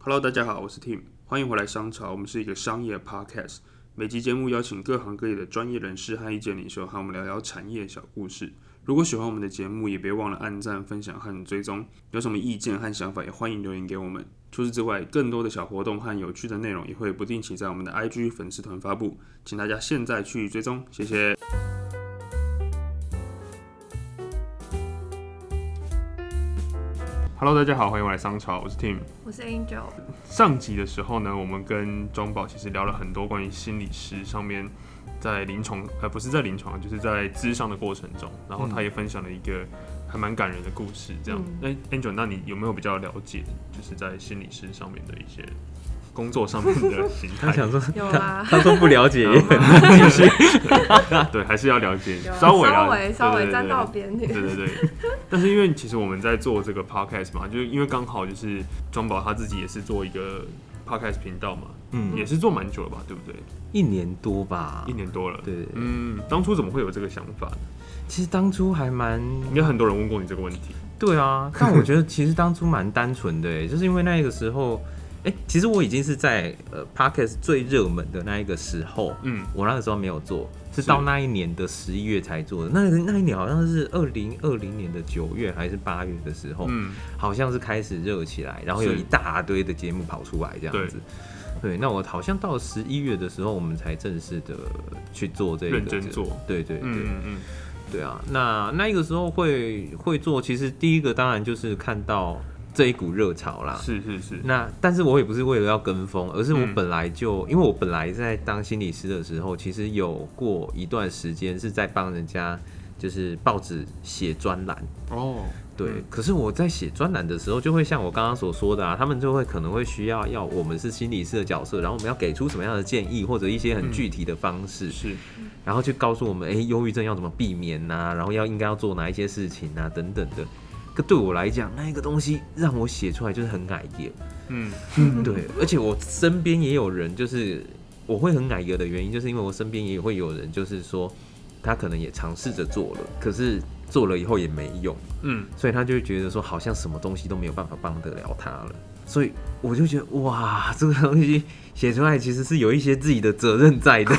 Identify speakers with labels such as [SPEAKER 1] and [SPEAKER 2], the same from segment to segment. [SPEAKER 1] Hello，大家好，我是 Tim，欢迎回来商潮。我们是一个商业 Podcast，每集节目邀请各行各业的专业人士和意见领袖，和我们聊聊产业小故事。如果喜欢我们的节目，也别忘了按赞、分享和追踪。有什么意见和想法，也欢迎留言给我们。除此之外，更多的小活动和有趣的内容也会不定期在我们的 IG 粉丝团发布，请大家现在去追踪，谢谢。Hello，大家好，欢迎回来商潮，我是 Tim。
[SPEAKER 2] 我是 Angel，
[SPEAKER 1] 上集的时候呢，我们跟庄宝其实聊了很多关于心理师上面在临床，呃，不是在临床，就是在咨商的过程中，然后他也分享了一个还蛮感人的故事。这样，
[SPEAKER 2] 嗯
[SPEAKER 1] 那、Angel，那你有没有比较了解，就是在心理师上面的一些工作上面的形态
[SPEAKER 3] 他？想说，
[SPEAKER 2] 有啦，
[SPEAKER 3] 他说不了 解，
[SPEAKER 1] 对，还是要了解
[SPEAKER 2] 嗯有，啦
[SPEAKER 1] 微
[SPEAKER 2] 稍
[SPEAKER 1] 稍
[SPEAKER 2] 微稍微站到边
[SPEAKER 1] 对
[SPEAKER 2] 点，
[SPEAKER 1] 对对， 但是因为其实我们在做这个 podcast 嘛，就是因为刚好就是庄宝他自己也是做一个 podcast 频道嘛，
[SPEAKER 3] 嗯
[SPEAKER 1] 也是做蛮久了吧，对不对？
[SPEAKER 3] 一年多吧
[SPEAKER 1] 一。年多了。
[SPEAKER 3] 对对对，
[SPEAKER 1] 嗯，当初怎么会有这个想法呢？
[SPEAKER 3] 其实当初还蛮
[SPEAKER 1] 应该很多人问过你这个问题。
[SPEAKER 3] 对 啊，但我觉得其实当初蛮单纯的欸耶，就是因为那个时候，哎、其实我已经是在呃 Podcast 最热门的那一个时候，
[SPEAKER 1] 嗯，
[SPEAKER 3] 我那个时候没有做，是
[SPEAKER 1] 是
[SPEAKER 3] 到那一年的十一月才做的。那那一年好像是二零二零年的九月还是八月的时候，
[SPEAKER 1] 嗯，
[SPEAKER 3] 好像是开始热起来，然后有
[SPEAKER 1] 是
[SPEAKER 3] 一大堆的节目跑出来这样子。对，那我好像到十一月的时候，我们才正式的去做这个
[SPEAKER 1] 认真做。
[SPEAKER 3] 对对对、
[SPEAKER 1] 嗯嗯
[SPEAKER 3] 对啊，那那个时候会会做，其实第一个当然就是看到这一股热潮啦
[SPEAKER 1] 嗯，。是是是，
[SPEAKER 3] 那但是我也不是为了要跟风，而是我
[SPEAKER 1] 嗯
[SPEAKER 3] 本来就、因为我本来在当心理师的时候，其实有过一段时间是在帮人家就是报纸写专栏。
[SPEAKER 1] 哦，
[SPEAKER 3] 对，
[SPEAKER 1] 嗯
[SPEAKER 3] 可是我在写专栏的时候，就会像我刚刚所说的啊，他们就会可能会需要要我们是心理师的角色，然后我们要给出什么样的建议，或者一些很具体的方式，
[SPEAKER 1] 是，
[SPEAKER 3] 然后去告诉我们，哎、忧郁症要怎么避免呐、然后要应该要做哪一些事情啊，等等的。可对我来讲，那一个东西让我写出来就是很矮耶，
[SPEAKER 1] 嗯
[SPEAKER 3] 对，而且我身边也有人，就是我会很矮油的原因，就是因为我身边也会有人，就是说他可能也尝试着做了，可是做了以后也没用。
[SPEAKER 1] 嗯，
[SPEAKER 3] 所以他就会觉得说，好像什么东西都没有办法帮得了他了。所以我就觉得，哇，这个东西写出来其实是有一些自己的责任在 的。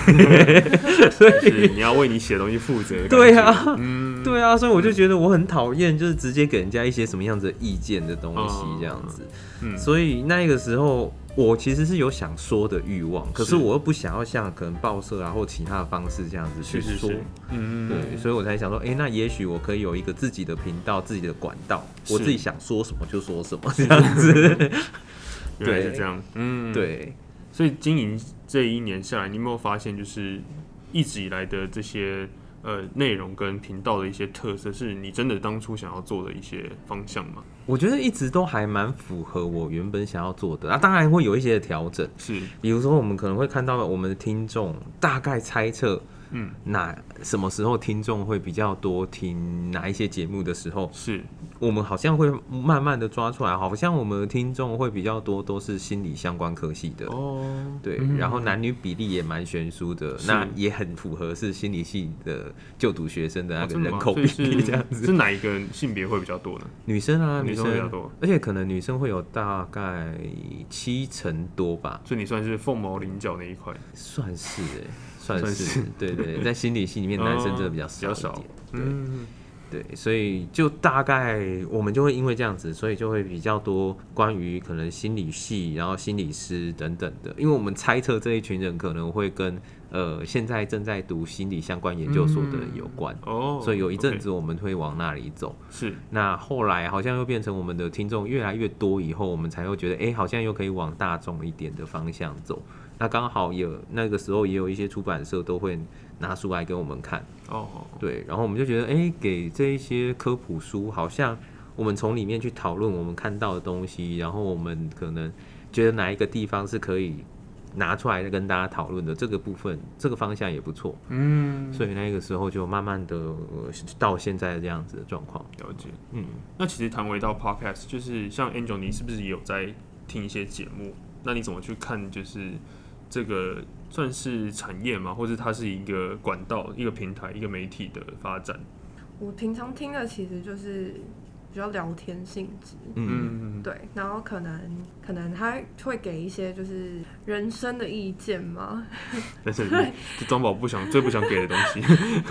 [SPEAKER 1] 是你要为你写的东西负责。
[SPEAKER 3] 对，啊，
[SPEAKER 1] 嗯，
[SPEAKER 3] 对啊，所以我就觉得我很讨厌，就是直接给人家一些什么样子的意见的东西
[SPEAKER 1] 嗯
[SPEAKER 3] 这样子。
[SPEAKER 1] 嗯
[SPEAKER 3] 所以那个时候，我其实是有想说的欲望，可
[SPEAKER 1] 是
[SPEAKER 3] 是我又不想要像可能报社啊或其他的方式这样子去
[SPEAKER 1] 是是
[SPEAKER 3] 说。
[SPEAKER 1] 是，嗯
[SPEAKER 3] 对，所以我才想说，哎、那也许我可以有一个自己的频道、自己的管道，我
[SPEAKER 1] 是
[SPEAKER 3] 自己想说什么就说什么这样子。
[SPEAKER 1] 原来是
[SPEAKER 3] 对
[SPEAKER 1] 这样，嗯，。
[SPEAKER 3] 对，
[SPEAKER 1] 所以经营这一年下来，你有没有发现，就是一直以来的这些呃内容跟频道的一些特色，是你真的当初想要做的一些方向吗？
[SPEAKER 3] 我觉得一直都还蛮符合我原本想要做的啊，当然会有一些调整，
[SPEAKER 1] 是，
[SPEAKER 3] 比如说我们可能会看到我们的听众大概猜测
[SPEAKER 1] 嗯，
[SPEAKER 3] 哪什么时候听众会比较多听哪一些节目的时候，
[SPEAKER 1] 是，
[SPEAKER 3] 我们好像会慢慢的抓出来，好像我们的听众会比较多都是心理相关科系的。
[SPEAKER 1] 哦，
[SPEAKER 3] 对
[SPEAKER 1] 嗯，
[SPEAKER 3] 然后男女比例也蛮悬殊的，
[SPEAKER 1] 是
[SPEAKER 3] 那也很符合是心理系的就读学生的那
[SPEAKER 1] 哦
[SPEAKER 3] 个
[SPEAKER 1] 真的
[SPEAKER 3] 人
[SPEAKER 1] 吗
[SPEAKER 3] 口
[SPEAKER 1] 所
[SPEAKER 3] 比
[SPEAKER 1] 以
[SPEAKER 3] 例
[SPEAKER 1] 是
[SPEAKER 3] 这样子。
[SPEAKER 1] 是哪一个性别会比较多呢？
[SPEAKER 3] 女生啊，女
[SPEAKER 1] 女生
[SPEAKER 3] 生
[SPEAKER 1] 会比较多，
[SPEAKER 3] 而且可能女生会有大概七成多吧，
[SPEAKER 1] 所以你算是凤毛麟角那一块，
[SPEAKER 3] 算是哎，算
[SPEAKER 1] 算是
[SPEAKER 3] 是对对， 对在心理系里面
[SPEAKER 1] 哦
[SPEAKER 3] 男生真的比较
[SPEAKER 1] 比较
[SPEAKER 3] 少
[SPEAKER 1] 少
[SPEAKER 3] 一点，对
[SPEAKER 1] 嗯，
[SPEAKER 3] 对，所以就大概我们就会因为这样子，所以就会比较多关于可能心理系，然后心理师等等的，因为我们猜测这一群人可能会跟呃现在正在读心理相关研究所的人有关，
[SPEAKER 1] 哦，
[SPEAKER 3] 所以有一阵
[SPEAKER 1] OK，
[SPEAKER 3] 子我们会往那里走。
[SPEAKER 1] 是，
[SPEAKER 3] 那后来好像又变成我们的听众越来越多，以后我们才会觉得，哎、好像又可以往大众一点的方向走。那刚好也有那个时候也有一些出版社都会拿出来给我们看，
[SPEAKER 1] 哦，
[SPEAKER 3] 对，然后我们就觉得，哎、给这一些科普书，好像我们从里面去讨论我们看到的东西，然后我们可能觉得哪一个地方是可以拿出来跟大家讨论的，这个部分这个方向也不错，
[SPEAKER 1] 嗯，
[SPEAKER 3] 所以那个时候就慢慢的到现在这样子的状况，
[SPEAKER 1] 了解。
[SPEAKER 3] 嗯。
[SPEAKER 1] 那其实谈回到 podcast，就是像 Angel，你是不是也有在听一些节目？那你怎么去看？就是这个算是产业嘛，或者它是一个管道、一个平台、一个媒体的发展？
[SPEAKER 2] 我平常听的其实就是比较聊天性质。
[SPEAKER 3] 嗯，
[SPEAKER 1] 嗯，
[SPEAKER 2] 对，然后可能可能他会给一些就是人生的意见嘛，
[SPEAKER 1] 但是 这张宝不想最不想给的东西，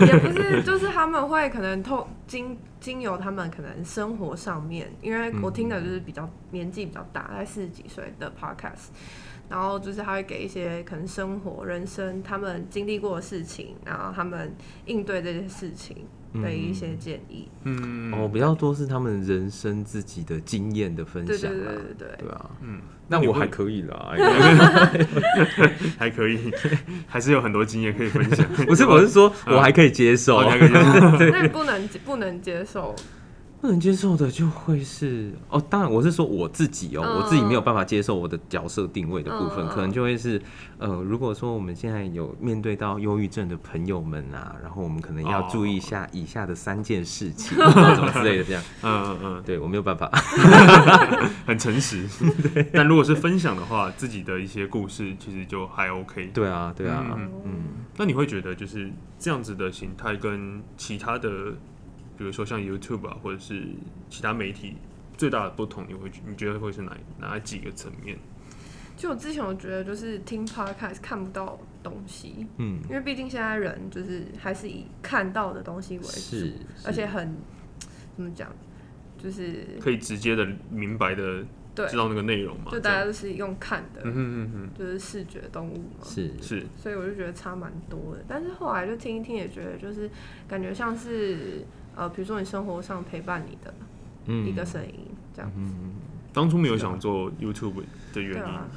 [SPEAKER 2] 也不是，就是他们会可能透经经由他们可能生活上面，因为我听的就是比较年纪比较大，在四十几岁的 podcast，然后就是他会给一些可能生活、人生他们经历过的事情，然后他们应对这些事情的一些建议。
[SPEAKER 1] 嗯，
[SPEAKER 3] 哦，比较多是他们人生自己的经验的分
[SPEAKER 2] 对
[SPEAKER 3] 享
[SPEAKER 2] 对对
[SPEAKER 3] 啦，
[SPEAKER 2] 对 对对。
[SPEAKER 3] 对啊，
[SPEAKER 1] 嗯，
[SPEAKER 3] 那
[SPEAKER 1] 你
[SPEAKER 3] 我
[SPEAKER 1] 会
[SPEAKER 3] 还可以 啦，哎
[SPEAKER 1] 还可以，还是有很多经验可以分享。
[SPEAKER 3] 不是，我是说我嗯还可以接受，
[SPEAKER 1] 哦，你还可以这样
[SPEAKER 2] 那不能不能接受，
[SPEAKER 3] 不能接受的就会是哦，当然我是说我自己哦，
[SPEAKER 2] 嗯
[SPEAKER 3] 我自己没有办法接受我的角色定位的部分，
[SPEAKER 2] 嗯嗯
[SPEAKER 3] 可能就会是呃，如果说我们现在有面对到忧郁症的朋友们啊，然后我们可能要
[SPEAKER 1] 哦
[SPEAKER 3] 注意一下以下的三件事 情，或者什么之类的，这样，
[SPEAKER 1] 嗯嗯
[SPEAKER 3] 对我没有办法，
[SPEAKER 1] 嗯，很诚实。但如果是分享的话，自己的一些故事其实就还 OK。
[SPEAKER 3] 对啊，对啊，
[SPEAKER 1] 嗯
[SPEAKER 3] 嗯，
[SPEAKER 1] 那你会觉得就是这样子的形态跟其他的，比如说像 YouTube 啊，或者是其他媒体最大的不同，你会你觉得会是哪哪几个层面？
[SPEAKER 2] 就我之前我觉得就是听 podcast 看不到东西，
[SPEAKER 3] 嗯，
[SPEAKER 2] 因为毕竟现在人就是还是以看到的东西为主，
[SPEAKER 3] 是，
[SPEAKER 2] 而且
[SPEAKER 3] 是
[SPEAKER 2] 很怎么讲，就是
[SPEAKER 1] 可以直接的、明白的
[SPEAKER 2] 对
[SPEAKER 1] 知，道那个内容吗？
[SPEAKER 2] 就
[SPEAKER 1] 这
[SPEAKER 2] 大
[SPEAKER 1] 样
[SPEAKER 2] 家都是用看的，
[SPEAKER 1] 嗯哼嗯哼
[SPEAKER 2] 就是视觉动物嘛，
[SPEAKER 3] 是
[SPEAKER 1] 嗯，是
[SPEAKER 2] 所以我就觉得差蛮多的。但是后来就听一听，也觉得就是感觉像是呃，比如说你生活上陪伴你的
[SPEAKER 3] 嗯
[SPEAKER 2] 一个声音这样
[SPEAKER 1] 嗯
[SPEAKER 2] 子，
[SPEAKER 1] 当初没有想做 YouTube 的
[SPEAKER 2] 对
[SPEAKER 1] 原因
[SPEAKER 2] 啊，，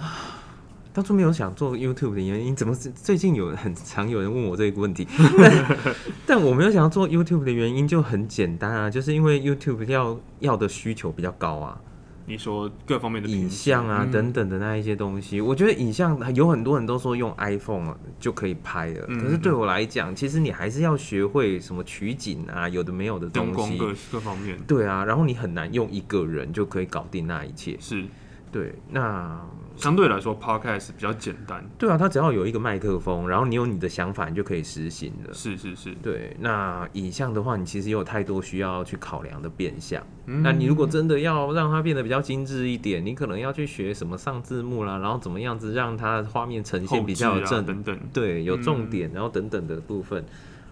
[SPEAKER 3] 当初没有想做 YouTube 的原因，怎么是最近有很常有人问我这个问题？ 但但我没有想要做 YouTube 的原因就很简单啊，就是因为 YouTube 要要的需求比较高啊，
[SPEAKER 1] 你说各方面的
[SPEAKER 3] 影
[SPEAKER 1] 评
[SPEAKER 3] 像啊、
[SPEAKER 1] 嗯
[SPEAKER 3] 等等的那一些东西。我觉得影像有很多人都说用 iPhone 啊就可以拍了，
[SPEAKER 1] 嗯
[SPEAKER 3] 可是对我来讲，其实你还是要学会什么取景啊，有的没有的
[SPEAKER 1] 灯
[SPEAKER 3] 东
[SPEAKER 1] 光
[SPEAKER 3] 西。
[SPEAKER 1] 各各方面
[SPEAKER 3] 对啊，然后你很难用一个人就可以搞定那一切。
[SPEAKER 1] 是
[SPEAKER 3] 对，那
[SPEAKER 1] 相对来说 Podcast 比较简单，
[SPEAKER 3] 对啊，他只要有一个麦克风，然后你有你的想法，你就可以实行了。
[SPEAKER 1] 是是是，
[SPEAKER 3] 对，那影像的话，你其实有太多需要去考量的变相。
[SPEAKER 1] 嗯
[SPEAKER 3] 那你如果真的要让它变得比较精致一点，你可能要去学什么上字幕啦，然后怎么样子让它画面呈
[SPEAKER 1] 后
[SPEAKER 3] 现比较有
[SPEAKER 1] 置啊
[SPEAKER 3] 正，
[SPEAKER 1] 等嗯等，
[SPEAKER 3] 对，有重点，然后等等的部分，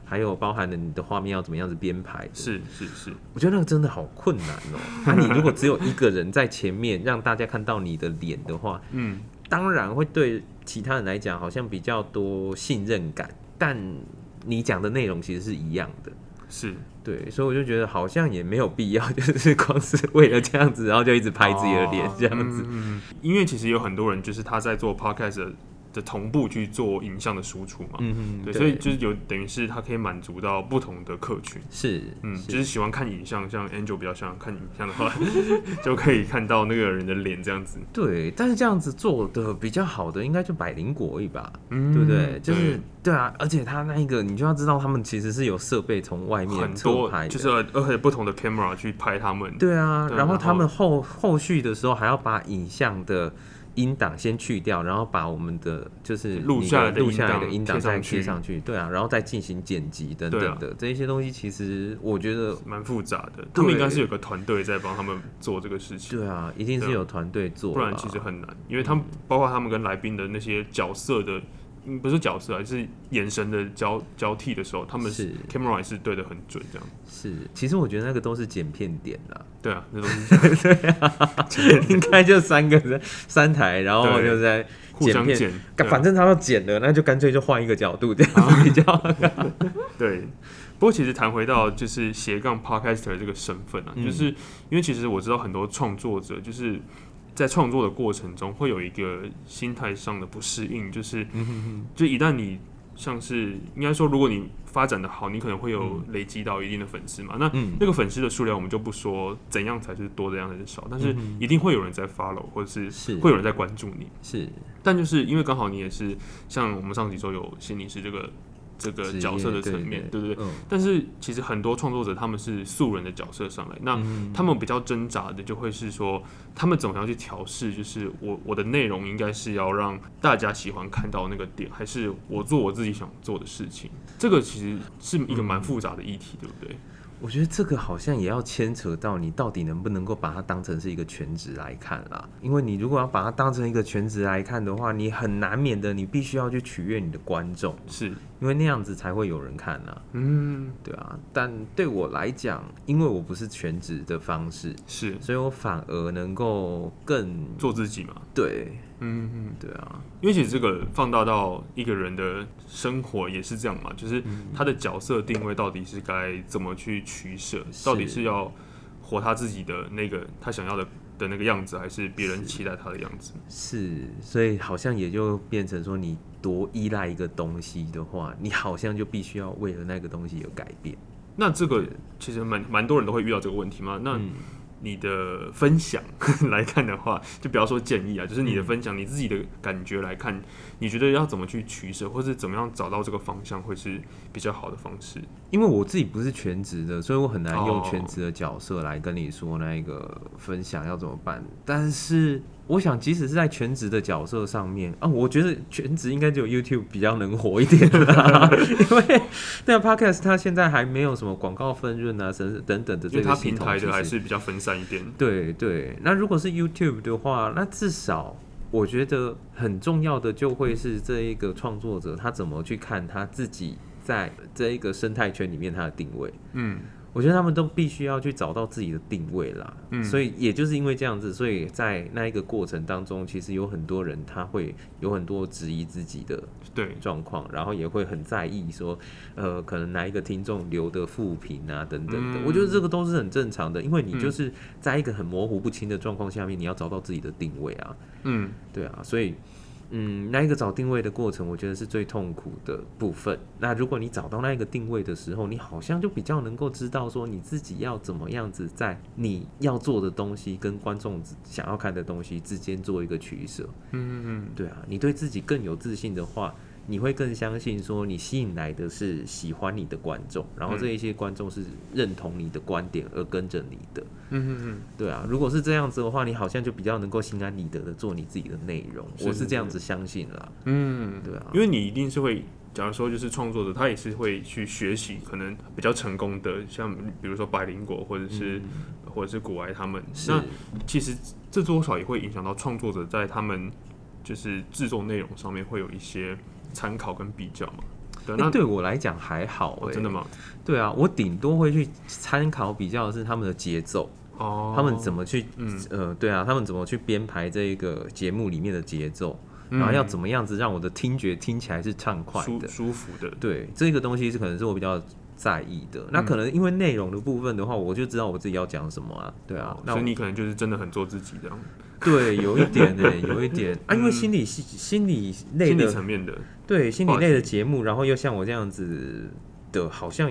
[SPEAKER 3] 还有包含了你的画面要怎么样子编排。，
[SPEAKER 1] 是是是，
[SPEAKER 3] 我觉得那个真的好困难哦、 那、你如果只有一个人在前面，让大家看到你的脸的话，
[SPEAKER 1] 嗯，
[SPEAKER 3] 当然会对其他人来讲好像比较多信任感，但你讲的内容其实是一样的。
[SPEAKER 1] 是
[SPEAKER 3] 对，所以我就觉得好像也没有必要，就是光是为了这样子，然后就一直拍自己的脸
[SPEAKER 2] 哦
[SPEAKER 3] 这样子。
[SPEAKER 1] 嗯，因为其实有很多人就是他在做 Podcast 的的同步去做影像的输出嘛，
[SPEAKER 3] 嗯，
[SPEAKER 1] 对，所以就是有等于是他可以满足到不同的客群。
[SPEAKER 3] 是
[SPEAKER 1] 嗯，
[SPEAKER 3] 是
[SPEAKER 1] 就是喜欢看影像，像 Angel 比较喜欢看影像的话， 就可以看到那个人的脸这样子，
[SPEAKER 3] 对，但是这样子做的比较好的，应该就百灵果而已吧，
[SPEAKER 1] 嗯
[SPEAKER 3] 对不对？就是对啊，而且他那一个，你就要知道他们其实是有设备从外面
[SPEAKER 1] 很
[SPEAKER 3] 侧
[SPEAKER 1] 多
[SPEAKER 3] 拍，的，
[SPEAKER 1] 就是而且不同的 camera 去拍他们，
[SPEAKER 3] 对啊，
[SPEAKER 1] 对
[SPEAKER 3] 然后
[SPEAKER 1] 然后
[SPEAKER 3] 他们后后续的时候还要把影像的音档先去掉，然后把我们的就是
[SPEAKER 1] 录
[SPEAKER 3] 你
[SPEAKER 1] 下来
[SPEAKER 3] 的
[SPEAKER 1] 的
[SPEAKER 3] 录
[SPEAKER 1] 音
[SPEAKER 3] 下来的
[SPEAKER 1] 档
[SPEAKER 3] 音档
[SPEAKER 1] 贴上
[SPEAKER 3] 再贴
[SPEAKER 1] 去
[SPEAKER 3] 上去，对啊，然后再进行剪辑等
[SPEAKER 1] 对啊
[SPEAKER 3] 等的、这些东西，其实我觉得
[SPEAKER 1] 蛮复杂的。他们应该是有个团队在帮他们做这个事情，
[SPEAKER 3] 对啊，一定是
[SPEAKER 1] 对啊
[SPEAKER 3] 有团队做
[SPEAKER 1] 不
[SPEAKER 3] 啦，嗯
[SPEAKER 1] 然其实很难，因为他们包括他们跟来宾的那些角色的，嗯，不是角色啊，就是眼神的交交替的时候，他们
[SPEAKER 3] 是
[SPEAKER 1] camera 也是对的很准，这样。
[SPEAKER 3] 是，其实我觉得那个都是剪片点啦，
[SPEAKER 1] 对啊，那都是
[SPEAKER 3] 应该就三个人三台，然后
[SPEAKER 1] 对
[SPEAKER 3] 就在
[SPEAKER 1] 互相
[SPEAKER 3] 片。
[SPEAKER 1] 剪，对啊
[SPEAKER 3] 反正他要剪了，那就干脆就换一个角度，这样子比较。
[SPEAKER 1] 对，不过其实谈回到就是斜杠 podcaster 这个身份啊，
[SPEAKER 3] 嗯
[SPEAKER 1] 就是因为其实我知道很多创作者就是在创作的过程中会有一个心态上的不适应，就是
[SPEAKER 3] 嗯
[SPEAKER 1] 就一旦你像是应该说，如果你发展的好，你可能会有累积到一定的粉丝嘛，那
[SPEAKER 3] 嗯
[SPEAKER 1] 那个粉丝的数量我们就不说怎样才是多，怎样才是少，但是一定会有人在 follow，或者
[SPEAKER 3] 是
[SPEAKER 1] 嗯是会有人在关注你。
[SPEAKER 3] 是
[SPEAKER 1] 但就是因为刚好你也是像我们上集说有心理师这个这个
[SPEAKER 3] 职
[SPEAKER 1] 角色
[SPEAKER 3] 业
[SPEAKER 1] 的层面，对不对？
[SPEAKER 3] 嗯
[SPEAKER 1] 但是其实很多创作者他们是素人的角色上来，那他们比较挣扎的就会是说，他们怎么样去调试？就是我我的内容应该是要让大家喜欢看到那个点，还嗯是我做我自己想做的事情？这个其实是一个蛮复杂的议题，对不对？
[SPEAKER 3] 我觉得这个好像也要牵扯到你到底能不能够把它当成是一个全职来看啦，因为你如果要把它当成一个全职来看的话，你很难免的，你必须要去取悦你的观众，
[SPEAKER 1] 是，
[SPEAKER 3] 因为那样子才会有人看啊，
[SPEAKER 1] 嗯，
[SPEAKER 3] 对啊。但对我来讲，因为我不是全职的方式，
[SPEAKER 1] 是
[SPEAKER 3] 所以我反而能够更
[SPEAKER 1] 做自己嘛，
[SPEAKER 3] 对
[SPEAKER 1] 嗯嗯。
[SPEAKER 3] 对啊，
[SPEAKER 1] 因为其实这个放大到一个人的生活也是这样嘛，就是
[SPEAKER 3] 嗯
[SPEAKER 1] 他的角色定位到底是该怎么去取舍，
[SPEAKER 3] 是
[SPEAKER 1] 到底是要活他自己的那个他想要的的那个样子，还是别人期待他的样子？
[SPEAKER 3] 是，所以好像也就变成说，你多依赖一个东西的话，你好像就必须要为了那个东西有改变。
[SPEAKER 1] 那这个其实蛮蛮多人都会遇到这个问题嘛。那
[SPEAKER 3] 嗯
[SPEAKER 1] 你的分享 来看的话，就不要说建议啊，就是你
[SPEAKER 3] 嗯
[SPEAKER 1] 的分享，你自己的感觉来看，你觉得要怎么去取舍，或是怎么样找到这个方向，会是比较好的方式？
[SPEAKER 3] 因为我自己不是全职的，所以我很难用
[SPEAKER 1] 哦
[SPEAKER 3] 全职的角色来跟你说那个分享要怎么办。但是我想，即使是在全职的角色上面啊，我觉得全职应该只有 YouTube 比较能活一点啦， 因为那 Podcast 它现在还没有什么广告分润啊，等等等的
[SPEAKER 1] 因
[SPEAKER 3] 这
[SPEAKER 1] 为它
[SPEAKER 3] 个系
[SPEAKER 1] 平
[SPEAKER 3] 统
[SPEAKER 1] 台
[SPEAKER 3] 其实
[SPEAKER 1] 的还是比较分散一点。
[SPEAKER 3] 对对，那如果是 YouTube 的话，那至少我觉得很重要的就会是这一个创作者他怎么去看他自己在这一个生态圈里面他的定位。
[SPEAKER 1] 嗯，
[SPEAKER 3] 我觉得他们都必须要去找到自己的定位啦。
[SPEAKER 1] 嗯
[SPEAKER 3] 所以也就是因为这样子，所以在那一个过程当中，其实有很多人他会有很多质疑自己的
[SPEAKER 1] 对，
[SPEAKER 3] 状况，然后也会很在意说，呃，可能哪一个听众留的负评啊，等等的。
[SPEAKER 1] 嗯
[SPEAKER 3] 我觉得这个都是很正常的，因为你就是在一个很模糊不清的状况下面，你要找到自己的定位啊，
[SPEAKER 1] 嗯，
[SPEAKER 3] 对啊，所以。嗯，那一个找定位的过程，我觉得是最痛苦的部分。那如果你找到那一个定位的时候，你好像就比较能够知道说你自己要怎么样子，在你要做的东西跟观众想要看的东西之间做一个取舍。
[SPEAKER 1] 嗯
[SPEAKER 3] 对啊，你对自己更有自信的话，你会更相信说你吸引来的是喜欢你的观众，然
[SPEAKER 1] 嗯
[SPEAKER 3] 后这一些观众是认同你的观点而跟着你的。
[SPEAKER 1] 嗯嗯
[SPEAKER 3] 对啊，如果是这样子的话，你好像就比较能够心安理得的做你自己的内容。
[SPEAKER 1] 是
[SPEAKER 3] 我
[SPEAKER 1] 是
[SPEAKER 3] 是这样子相信啦。
[SPEAKER 1] 嗯，
[SPEAKER 3] 对啊，
[SPEAKER 1] 因为你一定是会，假如说就是创作者，他也是会去学习可能比较成功的，像比如说百灵果或者是、或者是古埃他们，
[SPEAKER 3] 嗯是
[SPEAKER 1] 那其实这多少也会影响到创作者在他们就是制作内容上面会有一些参考跟比较嘛。对，
[SPEAKER 3] 诶
[SPEAKER 1] 那、
[SPEAKER 3] 对我来讲还好、
[SPEAKER 1] 哦
[SPEAKER 3] 欸
[SPEAKER 1] 真的？吗？
[SPEAKER 3] 对啊，我顶多会去参考比较的是他们的节奏，
[SPEAKER 1] 哦，
[SPEAKER 3] 他们怎么去
[SPEAKER 1] 嗯
[SPEAKER 3] 呃，对啊，他们怎么去编排这一个节目里面的节奏，
[SPEAKER 1] 嗯
[SPEAKER 3] 然后要怎么样子让我的听觉听起来是畅快
[SPEAKER 1] 舒
[SPEAKER 3] 的。
[SPEAKER 1] 舒服的？
[SPEAKER 3] 对，这个东西是可能是我比较在意的。
[SPEAKER 1] 嗯
[SPEAKER 3] 那可能因为内容的部分的话，我就知道我自己要讲什么啊。对啊
[SPEAKER 1] 哦，
[SPEAKER 3] 那
[SPEAKER 1] 所
[SPEAKER 3] 我
[SPEAKER 1] 以你可能就是真的很做自己这样，
[SPEAKER 3] 对有一点呢、有一 点啊，因为心理系心理类
[SPEAKER 1] 嗯心理
[SPEAKER 3] 的
[SPEAKER 1] 层面的，
[SPEAKER 3] 对心理类的节目，然后又像我这样子的，好像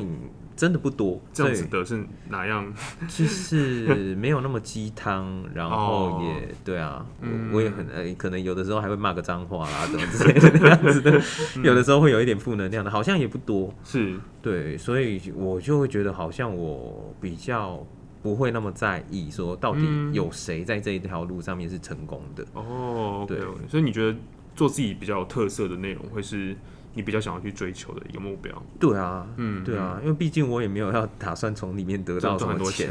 [SPEAKER 3] 真的不多，
[SPEAKER 1] 这样
[SPEAKER 3] 对
[SPEAKER 1] 子的是哪样？
[SPEAKER 3] 就是没有那么鸡汤，然后也、对啊，
[SPEAKER 1] 嗯
[SPEAKER 3] 我我也很、呃，可能有的时候还会骂个脏话啦，怎么之类的那样子 的， 有的时候会有一点负能量的，好像也不多，
[SPEAKER 1] 是，
[SPEAKER 3] 对，所以我就会觉得好像我比较不会那么在意说到底
[SPEAKER 1] 嗯
[SPEAKER 3] 有谁在这一条路上面是成功的，
[SPEAKER 1] 哦，OK，
[SPEAKER 3] 对
[SPEAKER 1] OK，所以你觉得做自己比较有特色的内容，会是你比较想要去追求的一个目标？
[SPEAKER 3] 对啊，
[SPEAKER 1] 嗯
[SPEAKER 3] 对啊，因为毕竟我也没有要打算从里面得
[SPEAKER 1] 赚
[SPEAKER 3] 到什
[SPEAKER 1] 赚很
[SPEAKER 3] 么
[SPEAKER 1] 多
[SPEAKER 3] 钱，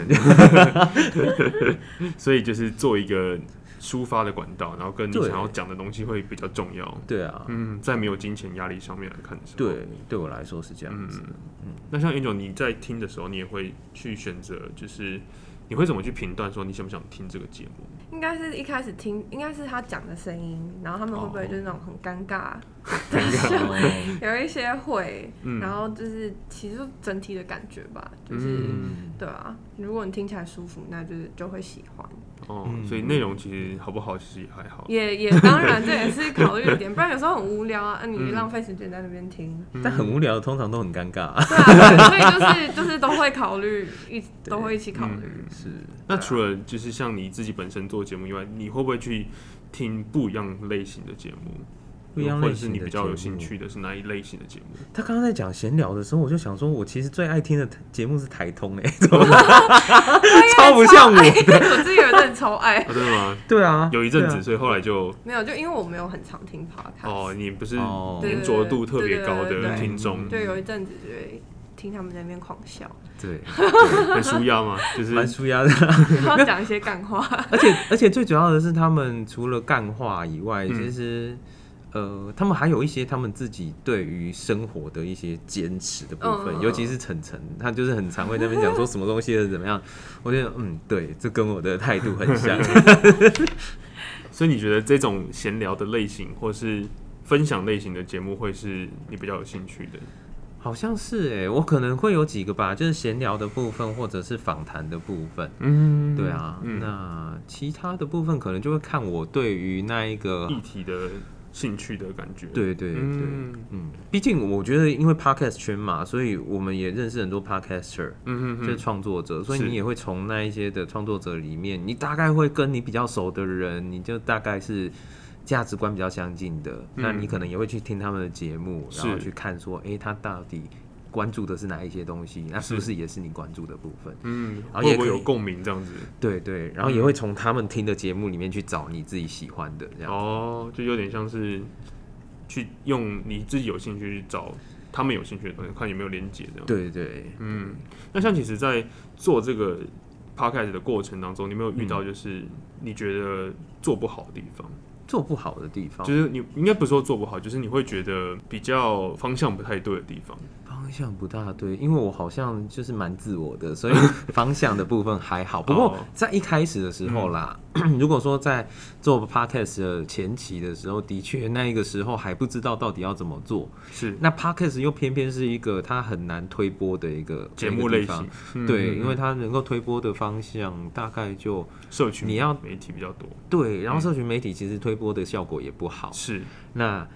[SPEAKER 1] 所以就是做一个抒发的管道，然后跟你
[SPEAKER 3] 对
[SPEAKER 1] 想要讲的东西会比较重要。
[SPEAKER 3] 对啊，
[SPEAKER 1] 嗯，在没有金钱压力上面来看的时候，
[SPEAKER 3] 对，对我来说是这样子。
[SPEAKER 1] 嗯那像 Angel，你在听的时候，你也会去选择，就是你会怎么去评断说你想不想听这个节目？
[SPEAKER 2] 应该是一开始听，应该是他讲的声音，然后他们会
[SPEAKER 1] 哦
[SPEAKER 2] 不会就是那种很尴尬，
[SPEAKER 3] 哦
[SPEAKER 2] 有一些会，
[SPEAKER 1] 嗯
[SPEAKER 2] 然后就是其实就整体的感觉吧，就是、
[SPEAKER 1] 嗯
[SPEAKER 2] 对啊，如果你听起来舒服，那就是就会喜欢，
[SPEAKER 1] 哦，
[SPEAKER 3] 嗯
[SPEAKER 1] 所以内容其实好不好，其实也还好。
[SPEAKER 2] 也也当 然这也是考虑的点，不然有时候很无聊啊，啊
[SPEAKER 3] 嗯
[SPEAKER 2] 你浪费时间在那边 听，
[SPEAKER 3] 但很无聊，通常都很尴尬、
[SPEAKER 2] 对啊，所以就是就是都会考虑一都会一起考虑。
[SPEAKER 1] 嗯
[SPEAKER 3] 是，
[SPEAKER 1] 那除了就是像你自己本身做节目以外，你会不会去听不一样类型的节目？
[SPEAKER 3] 不一样
[SPEAKER 1] 或
[SPEAKER 3] 类
[SPEAKER 1] 者是
[SPEAKER 3] 型
[SPEAKER 1] 你
[SPEAKER 3] 的
[SPEAKER 1] 比较有
[SPEAKER 3] 节
[SPEAKER 1] 兴
[SPEAKER 3] 目。
[SPEAKER 1] 趣的是哪一类型的节 目？
[SPEAKER 3] 他刚刚在讲闲聊的时候，我就想说，我其实最爱听的节目是台通哎、 怎么办嗯超不像我 的？
[SPEAKER 2] 我自己有一阵超爱，
[SPEAKER 1] 啊，真的吗？
[SPEAKER 3] 对啊，
[SPEAKER 1] 有一阵子，
[SPEAKER 3] 对啊
[SPEAKER 1] 所以后来就
[SPEAKER 2] 没有就因为我没有很常听 podcast，
[SPEAKER 1] 哦，你不是
[SPEAKER 3] 哦
[SPEAKER 1] 粘着度特别高
[SPEAKER 2] 对对对
[SPEAKER 1] 的
[SPEAKER 2] 对
[SPEAKER 3] 嗯
[SPEAKER 1] 听众，
[SPEAKER 2] 就有一阵子觉得听他们在那边狂 笑，
[SPEAKER 3] 对，啊
[SPEAKER 1] 很舒压嘛，就 是
[SPEAKER 3] 蛮舒压的。
[SPEAKER 2] 然后讲一些干话。
[SPEAKER 3] 而且而且最主要的是，他们除了干话以外，
[SPEAKER 1] 嗯
[SPEAKER 3] 其实呃，他们还有一些他们自己对于生活的一些坚持的部分，
[SPEAKER 2] 嗯
[SPEAKER 3] 尤其是晨晨，他就是很常会在那边讲说什么东西是怎么样。我觉得嗯，对，这跟我的态度很像。
[SPEAKER 1] 所以你觉得这种闲聊的类型，或是分享类型的节目，会是你比较有兴趣的？
[SPEAKER 3] 好像是哎、我可能会有几个吧，就是闲聊的部分或者是访谈的部分。
[SPEAKER 1] 嗯
[SPEAKER 3] 对啊，那其他的部分可能就会看我对于那一个
[SPEAKER 1] 议题的兴趣的感觉。
[SPEAKER 3] 对对对，
[SPEAKER 1] 嗯
[SPEAKER 3] 嗯，毕竟我觉得因为 podcast 圈嘛，所以我们也认识很多 podcaster，、
[SPEAKER 1] 嗯
[SPEAKER 3] 就是创作者，所以
[SPEAKER 1] 是
[SPEAKER 3] 你也会从那一些的创作者里面，你大概会跟你比较熟的人，你就大概是价值观比较相近的，那你可能也会去听他们的节目，然后
[SPEAKER 1] 是
[SPEAKER 3] 去看说，哎、他到底关注的是哪一些东西，那是不是也是你关注的部分？嗯
[SPEAKER 1] 嗯，
[SPEAKER 3] 然后
[SPEAKER 1] 会
[SPEAKER 3] 也
[SPEAKER 1] 不
[SPEAKER 3] 可
[SPEAKER 1] 会
[SPEAKER 3] 以
[SPEAKER 1] 有共鸣这样子？
[SPEAKER 3] 对对，然后也会从他们听的节目里面去找你自己喜欢的这样。
[SPEAKER 1] 哦，就有点像是去用你自己有兴趣去找他们有兴趣的东西，看有没有连接这样。，
[SPEAKER 3] 对对，
[SPEAKER 1] 嗯，那像其实，在做这个 podcast 的过程当中，你有没有遇到就是你觉得做不好的地方？
[SPEAKER 3] 做不好的地方
[SPEAKER 1] 就是你应该不是说做不好，就是你会觉得比较方向不太对的地方。
[SPEAKER 3] 方向不大对，因为我好像就是蛮自我的， 所以方向的部分还好。不过在一开始的时
[SPEAKER 1] 嗯
[SPEAKER 3] 候啦， 如果说在做 podcast 的前期的时候，的确那一个时候还不知道到底要怎么做。
[SPEAKER 1] 是
[SPEAKER 3] 那 podcast 又偏偏是一个它很难推播的一个
[SPEAKER 1] 节目类，型
[SPEAKER 3] 一个地，
[SPEAKER 1] 嗯
[SPEAKER 3] 方对，
[SPEAKER 1] 嗯
[SPEAKER 3] 因为它能够推播的方向大概就
[SPEAKER 1] 社群
[SPEAKER 3] 你要哦
[SPEAKER 1] 媒体比较多，
[SPEAKER 3] 对，然后社群媒体其实推播的效果也不好。
[SPEAKER 1] 是
[SPEAKER 3] 那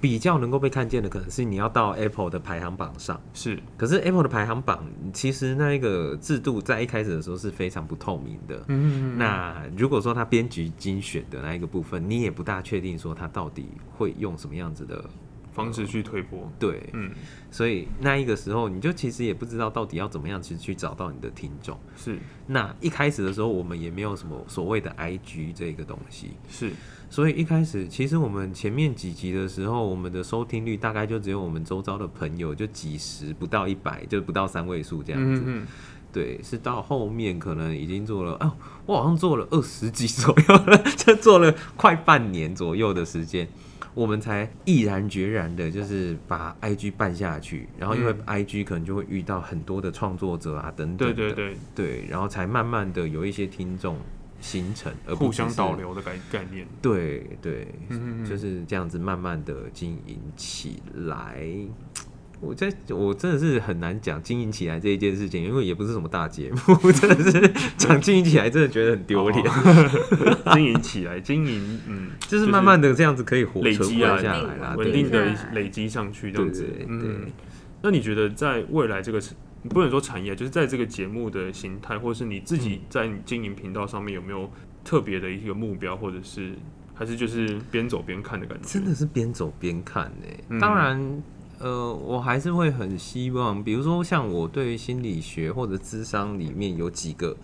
[SPEAKER 3] 比较能够被看见的，可能是你要到 Apple 的排行榜上。
[SPEAKER 1] 是，
[SPEAKER 3] 可是 Apple 的排行榜，其实那一个制度在一开始的时候是非常不透明的。
[SPEAKER 1] 嗯
[SPEAKER 3] 那如果说它编辑精选的那一个部分，你也不大确定说它到底会用什么样子的
[SPEAKER 1] 方式去推播，
[SPEAKER 3] 对，
[SPEAKER 1] 嗯，
[SPEAKER 3] 所以那一个时候你就其实也不知道到底要怎么样去去找到你的听众。
[SPEAKER 1] 是
[SPEAKER 3] 那一开始的时候，我们也没有什么所谓的 IG 这个东西，
[SPEAKER 1] 是，
[SPEAKER 3] 所以一开始其实我们前面几集的时候，我们的收听率大概就只有我们周遭的朋友，就几十不到一百，就不到三位数这样子。
[SPEAKER 1] 嗯嗯，
[SPEAKER 3] 对，是到后面可能已经做了啊，我好像做了二十集左右了，就做了快半年左右的时间，我们才毅然决然的，就是把 IG 办下去。然后因为
[SPEAKER 1] 嗯
[SPEAKER 3] IG 可能就会遇到很多的创作者啊等等
[SPEAKER 1] 对
[SPEAKER 3] 的，
[SPEAKER 1] 对对，
[SPEAKER 3] 对然后才慢慢的有一些听众形成，而不
[SPEAKER 1] 互
[SPEAKER 3] 只
[SPEAKER 1] 相
[SPEAKER 3] 是
[SPEAKER 1] 导。流的概概念，
[SPEAKER 3] 对对，
[SPEAKER 1] 嗯嗯嗯
[SPEAKER 3] 就是这样子慢慢的经营起来。我在我真的是很难讲经营起来这一件事情，因为也不是什么大节目， 真的是讲经营起来，真的觉得很丢
[SPEAKER 1] 哦
[SPEAKER 3] 脸。
[SPEAKER 1] 经营起来，经营，嗯，
[SPEAKER 3] 就是慢慢的这样子可以活
[SPEAKER 1] 累
[SPEAKER 3] 存
[SPEAKER 1] 积
[SPEAKER 3] 活
[SPEAKER 1] 啊，
[SPEAKER 3] 下来啦，
[SPEAKER 1] 稳
[SPEAKER 3] 对
[SPEAKER 1] 定
[SPEAKER 3] 对
[SPEAKER 2] 对
[SPEAKER 1] 的
[SPEAKER 2] 对
[SPEAKER 1] 累积上去这样子
[SPEAKER 3] 对对，
[SPEAKER 1] 嗯
[SPEAKER 3] 对。
[SPEAKER 1] 那你觉得在未来这个不能说产业，就是在这个节目的形态，或是你自己在你经营频道上面有没有特别的一个目标，或者是还是就是边走边看的感觉？
[SPEAKER 3] 真的是边走边看呢、
[SPEAKER 1] 嗯
[SPEAKER 3] 当然，呃，我还是会很希望，比如说像我对心理学或者智商里面有几个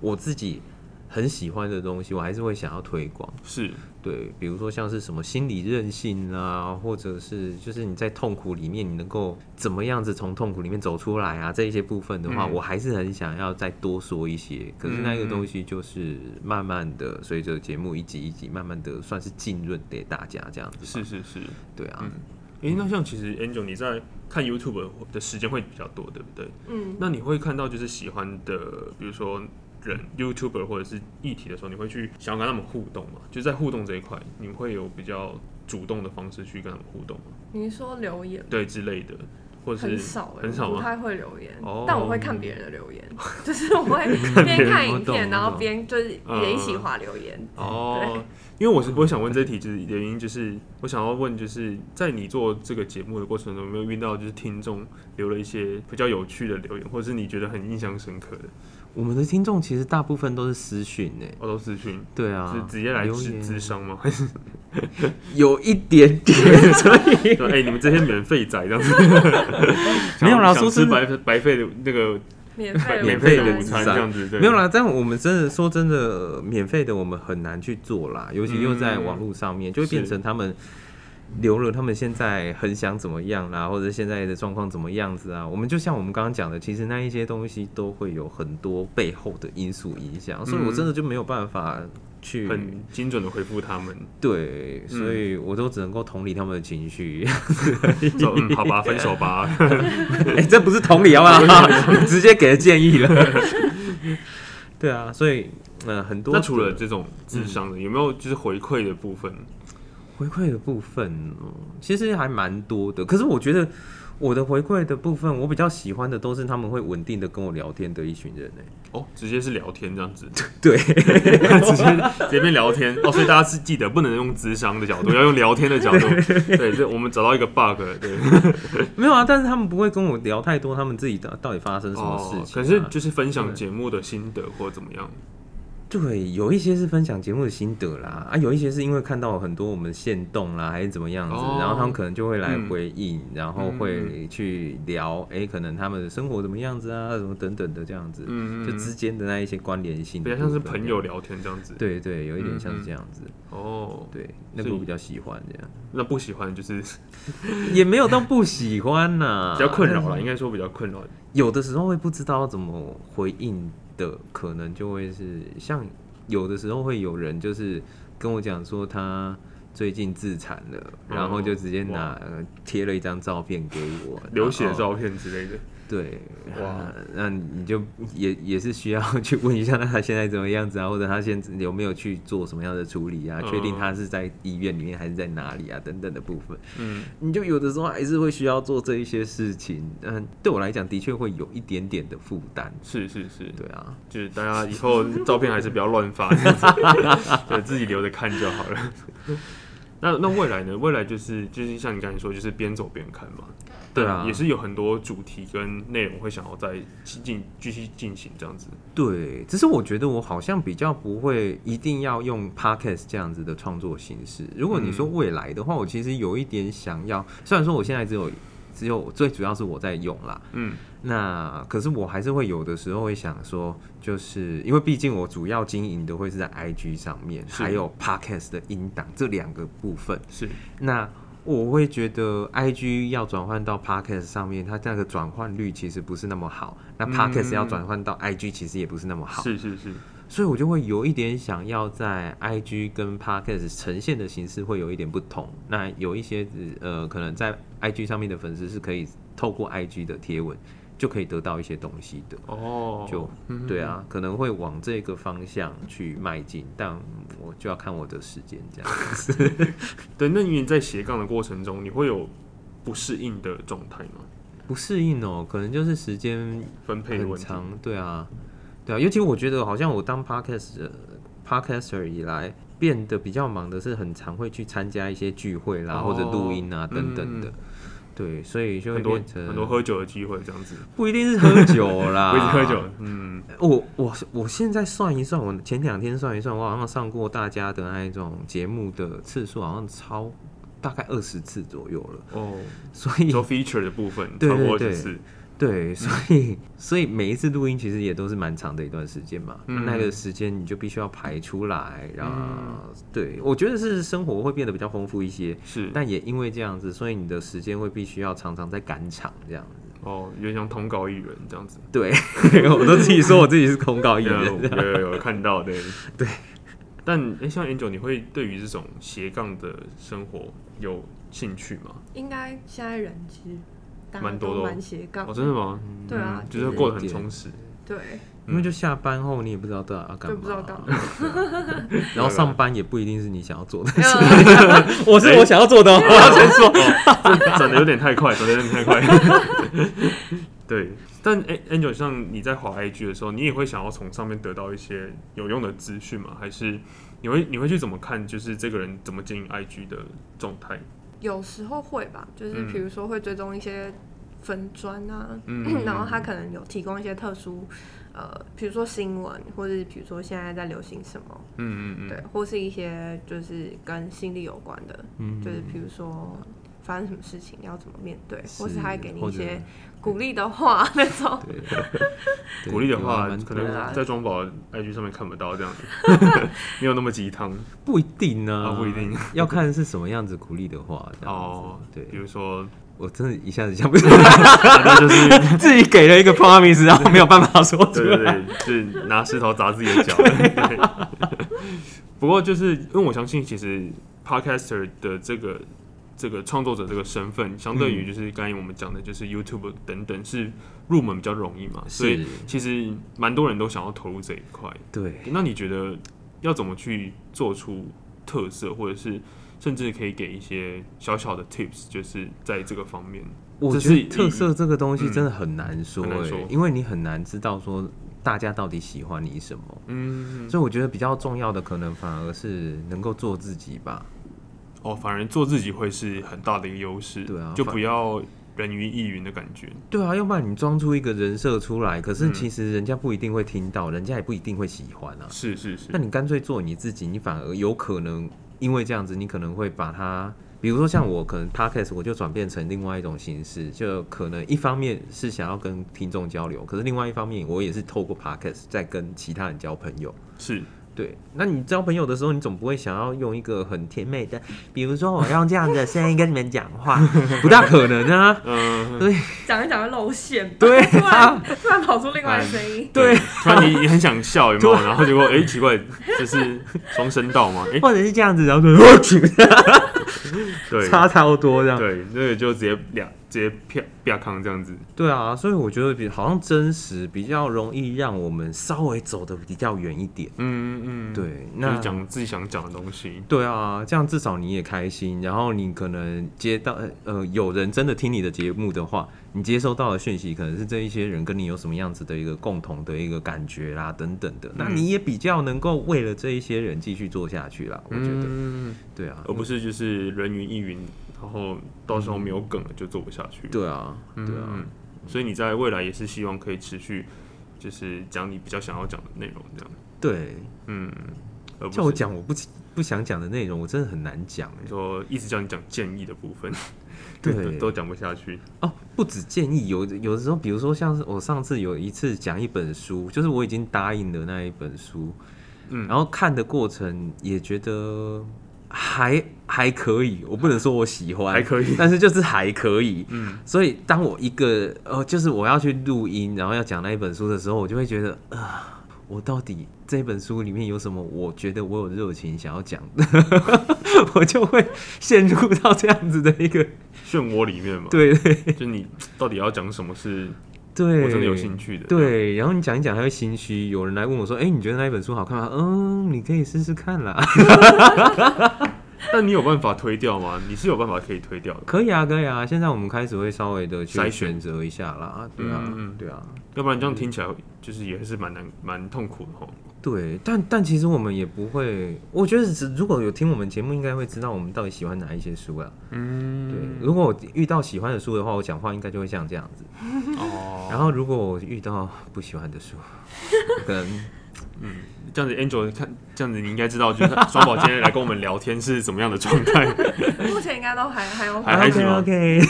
[SPEAKER 3] 我自己很喜欢的东西，我还是会想要推广。
[SPEAKER 1] 是
[SPEAKER 3] 对，比如说像是什么心理韧性啊，或者是就是你在痛苦里面你能够怎么样子从痛苦里面走出来啊，这一些部分的话，
[SPEAKER 1] 嗯
[SPEAKER 3] 我还是很想要再多说一些。可是那个东西就是慢慢的随着节目一集一集，慢慢的算是浸润给大家这样子。
[SPEAKER 1] 是，是是。
[SPEAKER 3] 对啊，
[SPEAKER 1] 嗯诶、那像其实 Angel 你在看 YouTube 的时间会比较多，对不对？
[SPEAKER 2] 嗯，
[SPEAKER 1] 那你会看到就是喜欢的，比如说人 YouTuber 或者是议题的时候，你会去想要跟他们互动吗？就在互动这一块，你会有比较主动的方式去跟他们互动吗？
[SPEAKER 2] 你说留言
[SPEAKER 1] 对之类的，或者
[SPEAKER 2] 很
[SPEAKER 1] 是
[SPEAKER 2] 少欸，
[SPEAKER 1] 很少
[SPEAKER 2] 我不
[SPEAKER 1] 吗？
[SPEAKER 2] 太会留言
[SPEAKER 1] 哦，
[SPEAKER 2] 但我会看别人的留 言，就是我会
[SPEAKER 1] 别
[SPEAKER 2] 边
[SPEAKER 1] 人
[SPEAKER 2] 看
[SPEAKER 3] 嗯我
[SPEAKER 2] 影
[SPEAKER 3] 懂
[SPEAKER 2] 片，然
[SPEAKER 3] 我
[SPEAKER 2] 后
[SPEAKER 3] 懂嗯
[SPEAKER 2] 边就是也一起划留言。
[SPEAKER 1] 哦，因为我是我想问这题，就是原因就是我想要问，就是在你做这个节目的过程中，有没有遇到就是听众留了一些比较有趣的留言，或者是你觉得很印象深刻的？
[SPEAKER 3] 我们的听众其实大部分都是私讯诶、
[SPEAKER 1] 我都私讯。
[SPEAKER 3] 对啊，
[SPEAKER 1] 是直接来
[SPEAKER 3] 留
[SPEAKER 1] 咨
[SPEAKER 3] 言
[SPEAKER 1] 咨商吗？
[SPEAKER 3] 有一点点，所以
[SPEAKER 1] 对，哎、你们这些免费仔这样子，
[SPEAKER 3] 没有啦
[SPEAKER 1] 想
[SPEAKER 3] 说
[SPEAKER 1] 吃
[SPEAKER 3] 真的
[SPEAKER 1] 白白费的那个
[SPEAKER 2] 免费
[SPEAKER 1] 免
[SPEAKER 3] 免
[SPEAKER 1] 费
[SPEAKER 3] 费
[SPEAKER 1] 的
[SPEAKER 3] 的
[SPEAKER 1] 午
[SPEAKER 3] 午
[SPEAKER 1] 餐
[SPEAKER 3] 餐
[SPEAKER 1] 这样子，对，
[SPEAKER 3] 没有，啦，但我们真的说真
[SPEAKER 1] 嗯
[SPEAKER 3] 的，免费的我们很难去做啦，尤其又在网络上面，就会变成他们留了他们现在很想怎么样啦，或者现在的状况怎么样子啊？我们就像我们刚刚讲的，其实那一些东西都会有很多背后的因素影响，所以我真的就没有办法去
[SPEAKER 1] 嗯很精准的回复他们。
[SPEAKER 3] 对，所以我都只能够同理他们的情绪。
[SPEAKER 1] 说嗯，好吧，分手吧。
[SPEAKER 3] 哎、这不是同理好不好？ 直接给了建议了。 对啊，所以呃，很多嗯
[SPEAKER 1] 那除了
[SPEAKER 3] 的
[SPEAKER 1] 这种智商的，有没有就是回馈的部分？
[SPEAKER 3] 回馈的部分，哦，其实还蛮多的。可是我觉得我的回馈的部分，我比较喜欢的都是他们会稳定的跟我聊天的一群人 哎。
[SPEAKER 1] 哦，直接是聊天这样子，
[SPEAKER 3] 对，
[SPEAKER 1] 直接直接变聊天哦，所以大家是记得不能用智商的角度，要用聊天的角度。对，这我们找到一个 bug 了。对，
[SPEAKER 3] 没有啊，但是他们不会跟我聊太多，他们自己到到底发生什么事情啊、
[SPEAKER 1] 哦，可是就是分享节目的心得或怎么样。
[SPEAKER 3] 对，有一些是分享节目的心得啦，啊，有一些是因为看到很多我们线动啦，还是怎么样子，
[SPEAKER 1] 哦
[SPEAKER 3] 然后他们可能就会来
[SPEAKER 1] 嗯
[SPEAKER 3] 回应，然后会去聊，哎、可能他们的生活怎么样子啊，什么等等的这样子，
[SPEAKER 1] 嗯嗯嗯
[SPEAKER 3] 就之间的那一些关联性，
[SPEAKER 1] 比较像是朋友。聊天这样子。
[SPEAKER 3] 对对，有一点像
[SPEAKER 1] 嗯嗯
[SPEAKER 3] 是这样子，
[SPEAKER 1] 哦，
[SPEAKER 3] 对，那
[SPEAKER 1] 所
[SPEAKER 3] 个
[SPEAKER 1] 以
[SPEAKER 3] 我比较喜欢这样，
[SPEAKER 1] 那不喜欢就是
[SPEAKER 3] 也没有到不喜欢呐、
[SPEAKER 1] 比较困扰
[SPEAKER 3] 但
[SPEAKER 1] 了，
[SPEAKER 3] 是
[SPEAKER 1] 应该说比较困扰。
[SPEAKER 3] 有的时候会不知道怎么回应的，可能就会是像有的时候会有人就是跟我讲说他最近自残了，
[SPEAKER 1] 哦
[SPEAKER 3] 然后就直接拿呃贴了一张照片给我，
[SPEAKER 1] 流血
[SPEAKER 3] 然后
[SPEAKER 1] 照片之类的，
[SPEAKER 3] 对，
[SPEAKER 1] 哇
[SPEAKER 3] 哇，那你就也也是需要去问一下，那他现在怎么样子啊，或 者他现在有没有去做什么样的处理啊？
[SPEAKER 1] 嗯
[SPEAKER 3] 确定他是在医院里面还是在哪里啊？等等的部分，
[SPEAKER 1] 嗯，
[SPEAKER 3] 你就有的时候还是会需要做这一些事情。嗯，对我来讲，的确会有一点点的负担。
[SPEAKER 1] 是是是，
[SPEAKER 3] 对啊，
[SPEAKER 1] 就是大家以后照片还是不要乱 发，对自己留着看就好了。那那未来呢？未来就是就是像你刚才说，就是边走边看嘛。
[SPEAKER 3] 对啊
[SPEAKER 1] 但也是有很多主题跟内容会想要再进继续进行这样子。
[SPEAKER 3] 对，只是我觉得我好像比较不会一定要用 podcast 这样子的创作形式。如果你说
[SPEAKER 1] 嗯
[SPEAKER 3] 未来的话，我其实有一点想要，虽然说我现在只有只有最主要是我在用啦，
[SPEAKER 1] 嗯，
[SPEAKER 3] 那可是我还是会有的时候会想说，就是因为毕竟我主要经营的会是在 IG 上面，
[SPEAKER 1] 是
[SPEAKER 3] 还有 podcast 的音档这两个部分。
[SPEAKER 1] 是
[SPEAKER 3] 那我会觉得 I G 要转换到 Podcast 上面，它那个转换率其实不是那么好。那
[SPEAKER 1] 嗯
[SPEAKER 3] Podcast 要转换到 I G 其实也不是那么好，
[SPEAKER 1] 是是是，
[SPEAKER 3] 所以我就会有一点想要在 I G 跟 Podcast 呈现的形式会有一点不同。那有一些呃，可能在 I G 上面的粉丝是可以透过 I G 的贴文就可以得到一些东西的。
[SPEAKER 1] 哦，
[SPEAKER 3] 就
[SPEAKER 1] 嗯
[SPEAKER 3] 对啊，可能会往这个方向去迈进，但我就要看我的时间这样。
[SPEAKER 1] 对。那你在斜杠的过程中，你会有不适应的状态吗？
[SPEAKER 3] 不适应哦，可能就是时间
[SPEAKER 1] 分配的
[SPEAKER 3] 很
[SPEAKER 1] 问题，
[SPEAKER 3] 长，对啊，对啊，尤其我觉得好像我当 podcast 呃 podcaster 以来，变得比较忙的是，很常会去参加一些聚会啦，
[SPEAKER 1] 哦
[SPEAKER 3] 或者录音啊等等的。
[SPEAKER 1] 嗯
[SPEAKER 3] 对，所以就会
[SPEAKER 1] 很多
[SPEAKER 3] 变成
[SPEAKER 1] 很多喝酒的机会这样子，
[SPEAKER 3] 不一定是喝酒啦，
[SPEAKER 1] 不一直喝酒。，嗯，
[SPEAKER 3] 我我我现在算一算，我前两天算一算，我好像上过大家的那一种节目的次数，好像超大概二十次左右了。
[SPEAKER 1] 哦，
[SPEAKER 3] 所
[SPEAKER 1] 你
[SPEAKER 3] 以
[SPEAKER 1] 说 feature 的部分
[SPEAKER 3] 对
[SPEAKER 1] 超过
[SPEAKER 3] 对对
[SPEAKER 1] 几次，
[SPEAKER 3] 对，所
[SPEAKER 1] 嗯
[SPEAKER 3] 以所以每一次录音其实也都是蛮长的一段时间嘛，
[SPEAKER 1] 嗯
[SPEAKER 3] 那个时间你就必须要排出来，然后、
[SPEAKER 1] 嗯
[SPEAKER 3] 对我觉得是生活会变得比较丰富一些，
[SPEAKER 1] 是
[SPEAKER 3] 但也因为这样子，所以你的时间会必须要常常在赶场这样子。
[SPEAKER 1] 哦，有点像通告艺人这样子。
[SPEAKER 3] 对，
[SPEAKER 1] 嗯
[SPEAKER 3] 我都自己说我自己是通告艺
[SPEAKER 1] 有
[SPEAKER 3] 人，
[SPEAKER 1] 有有有看 到，对对。但哎、诶像 Angel，你会对于这种斜杠的生活有兴趣吗？
[SPEAKER 2] 应该现在人其实大家
[SPEAKER 1] 蛮多
[SPEAKER 2] 都
[SPEAKER 1] 的哦
[SPEAKER 2] 蛮斜杠
[SPEAKER 1] 哦，，真的吗？
[SPEAKER 2] 对啊
[SPEAKER 1] 嗯，
[SPEAKER 2] 就
[SPEAKER 1] 就是
[SPEAKER 2] 是
[SPEAKER 1] 过得很充实。
[SPEAKER 2] 对，
[SPEAKER 3] 因为
[SPEAKER 1] 嗯
[SPEAKER 3] 就下班后你也不知道到底要干
[SPEAKER 2] 就
[SPEAKER 3] 嘛，
[SPEAKER 2] 不知道 干嘛。
[SPEAKER 3] 然后上班也不一定是你想要做的，
[SPEAKER 2] 呃
[SPEAKER 1] 哎
[SPEAKER 3] 我是我想要做的哦，我要先说。
[SPEAKER 1] 转哦的有点太快，转的有点太 快。对，但哎、a n g e l 像你在滑 IG 的时候，你也会想要从上面得到一些有用的资讯吗？还是你会你会去怎么看，就是这个人怎么经营 IG 的状态？
[SPEAKER 2] 有时候会吧，就是
[SPEAKER 1] 嗯
[SPEAKER 2] 比如说会追踪一些粉砖 啊，
[SPEAKER 1] 嗯
[SPEAKER 2] 然后他可能有提供一些特殊，呃，比如说新闻，或者比如说现在在流行什么，
[SPEAKER 1] 嗯嗯 嗯，
[SPEAKER 2] 对，或是一些就是跟心理有关的，
[SPEAKER 3] 嗯
[SPEAKER 2] 就是比如说发生什么事情，你要怎么面对，或
[SPEAKER 3] 是
[SPEAKER 2] 是他会给你
[SPEAKER 3] 或
[SPEAKER 2] 一
[SPEAKER 3] 者
[SPEAKER 2] 些鼓励的话那种。
[SPEAKER 3] 对
[SPEAKER 1] 鼓励的
[SPEAKER 3] 有啊
[SPEAKER 1] 话
[SPEAKER 3] 蛮，
[SPEAKER 1] 可
[SPEAKER 2] 对啊
[SPEAKER 1] 能在庄宝 IG 上面看不到这样子， 没有那么鸡汤
[SPEAKER 3] 不一定呢、
[SPEAKER 1] 啊，不一定
[SPEAKER 3] 要看是什么样子鼓励的话。这样子
[SPEAKER 1] 哦。
[SPEAKER 3] 对
[SPEAKER 1] 比，如说，
[SPEAKER 3] 我真的一下子想不起来，
[SPEAKER 1] 那就是
[SPEAKER 3] 自己给了一个 promise，然后没有办法说出
[SPEAKER 1] 对对
[SPEAKER 3] 来。
[SPEAKER 1] 对，就是拿石头砸自己的脚。 对不过就是因为我相信，其实 podcaster 的这个这个创作者这个身份，相对于就是刚才我们讲的，就是 YouTube 等等，是入门比较容易嘛，所以
[SPEAKER 3] 是
[SPEAKER 1] 其实蛮多人都想要投入这一块。
[SPEAKER 3] 对，
[SPEAKER 1] 那你觉得要怎么去做出特色，或者是甚至可以给一些小小的 tips，就是在这个方面，
[SPEAKER 3] 我
[SPEAKER 1] 这
[SPEAKER 3] 觉
[SPEAKER 1] 是
[SPEAKER 3] 得
[SPEAKER 1] 以
[SPEAKER 3] 特色这个东西真的很难说、
[SPEAKER 1] 嗯很难
[SPEAKER 3] 欸
[SPEAKER 1] 说
[SPEAKER 3] 因为你很难知道说大家到底喜欢你什么。
[SPEAKER 1] 嗯，
[SPEAKER 3] 所以我觉得比较重要的，可能反而是能够做自己吧。
[SPEAKER 1] 哦，反而做自己会是很大的一个优势，
[SPEAKER 3] 对啊
[SPEAKER 1] 就
[SPEAKER 3] 反
[SPEAKER 1] 不要人云亦云的感觉，
[SPEAKER 3] 对啊，要不然你装出一个人设出来，可是
[SPEAKER 1] 嗯
[SPEAKER 3] 其实人家不一定会听到，人家也不一定会喜欢啊。
[SPEAKER 1] 是是是
[SPEAKER 3] 那，你干脆做你自己，你反而有可能因为这样子，你可能会把它，比如说像我可能 podcast 我就转变成另外一种形式，就可能一方面是想要跟听众交流，可是另外一方面我也是透过 podcast 在跟其他人交朋友。
[SPEAKER 1] 是
[SPEAKER 3] 对，那你交朋友的时候，你总不会想要用一个很甜美的，比如说我用这样的声音跟你们讲 话，不大可能啊。
[SPEAKER 1] 嗯，
[SPEAKER 2] 讲一讲会露馅吧，
[SPEAKER 1] 啊
[SPEAKER 3] 对
[SPEAKER 2] 突然突然跑出另外
[SPEAKER 1] 哎
[SPEAKER 2] 的声音，
[SPEAKER 3] 对，啊
[SPEAKER 1] 突然你你很想笑有没有？然后结果哎、奇怪，这是双声道嘛？哎、
[SPEAKER 3] 或者是这样子，然后就 我去，
[SPEAKER 1] 对
[SPEAKER 3] 差超多这样。
[SPEAKER 1] 对，那个就直接俩直接啪啪康这样子，
[SPEAKER 3] 对啊，所以我觉得比好像真实比较容易让我们稍微走的比较远一点。
[SPEAKER 1] 嗯嗯，嗯，
[SPEAKER 3] 对，
[SPEAKER 1] 就
[SPEAKER 3] 那
[SPEAKER 1] 是讲自己想讲的东西，
[SPEAKER 3] 对啊，这样至少你也开心，然后你可能接到呃有人真的听你的节目的话，你接收到的讯息可能是这一些人跟你有什么样子的一个共同的一个感觉啦等等
[SPEAKER 1] 嗯
[SPEAKER 3] 的，那你也比较能够为了这一些人继续做下去啦，我觉得，
[SPEAKER 1] 嗯，
[SPEAKER 3] 对啊，
[SPEAKER 1] 而不是就是人云亦云，然后到时候没有梗了就做不下去，
[SPEAKER 3] 对啊，
[SPEAKER 1] 嗯，
[SPEAKER 3] 对啊，
[SPEAKER 1] 嗯所以你在未来也是希望可以持续就是讲你比较想要讲的内容这样，
[SPEAKER 3] 对，
[SPEAKER 1] 嗯，而
[SPEAKER 3] 叫
[SPEAKER 1] 不
[SPEAKER 3] 我
[SPEAKER 1] 是。
[SPEAKER 3] 讲我不不想讲的内容，我真的很难讲哎、
[SPEAKER 1] 说一直叫你讲建议的部 分，
[SPEAKER 3] 对
[SPEAKER 1] 都讲不下去。
[SPEAKER 3] 哦，不止建议，有有的时候，比如说像是我上次有一次讲一本书，就是我已经答应的那一本书，
[SPEAKER 1] 嗯
[SPEAKER 3] 然后看的过程也觉得还还可以，我不能说我喜欢，
[SPEAKER 1] 还可以
[SPEAKER 3] 但是就是还可以。
[SPEAKER 1] 嗯，
[SPEAKER 3] 所以当我一个呃，就是我要去录音，然后要讲那一本书的时候，我就会觉得啊、我到底这本书里面有什么？我觉得我有热情想要讲的， 我就会陷入到这样子的一个
[SPEAKER 1] 漩涡里面嘛，
[SPEAKER 3] 对对
[SPEAKER 1] 就你到底要讲什么是
[SPEAKER 3] 对，
[SPEAKER 1] 我真的有兴趣的。
[SPEAKER 3] 对，然后你讲一讲还会心虚，有人来问我说：“哎、你觉得那一本书好看吗？”嗯，你可以试试看啦。
[SPEAKER 1] 但你有办法推掉吗？你是有办法可以推掉的，
[SPEAKER 3] 可以啊，可以啊。现在我们开始会稍微的去
[SPEAKER 1] 筛选
[SPEAKER 3] 选择一下啦，对啊，
[SPEAKER 1] 嗯嗯
[SPEAKER 3] 对啊，
[SPEAKER 1] 要不然这样听起来就是也是蛮难、蛮痛苦的哈。
[SPEAKER 3] 对。但但其实我们也不会，我觉得只如果有听我们节目，应该会知道我们到底喜欢哪一些书啊。对，
[SPEAKER 1] 嗯，
[SPEAKER 3] 如果我遇到喜欢的书的话，我讲话应该就会像这样子。
[SPEAKER 1] 哦，
[SPEAKER 3] 然后如果我遇到不喜欢的 书，可能
[SPEAKER 1] 这样子 Angel 看这样子，你应该知道，就是双宝今天来跟我们聊天是怎么样的状态，
[SPEAKER 2] 目前应该都还还有
[SPEAKER 1] 还还行
[SPEAKER 3] 啊 OK
[SPEAKER 1] 吗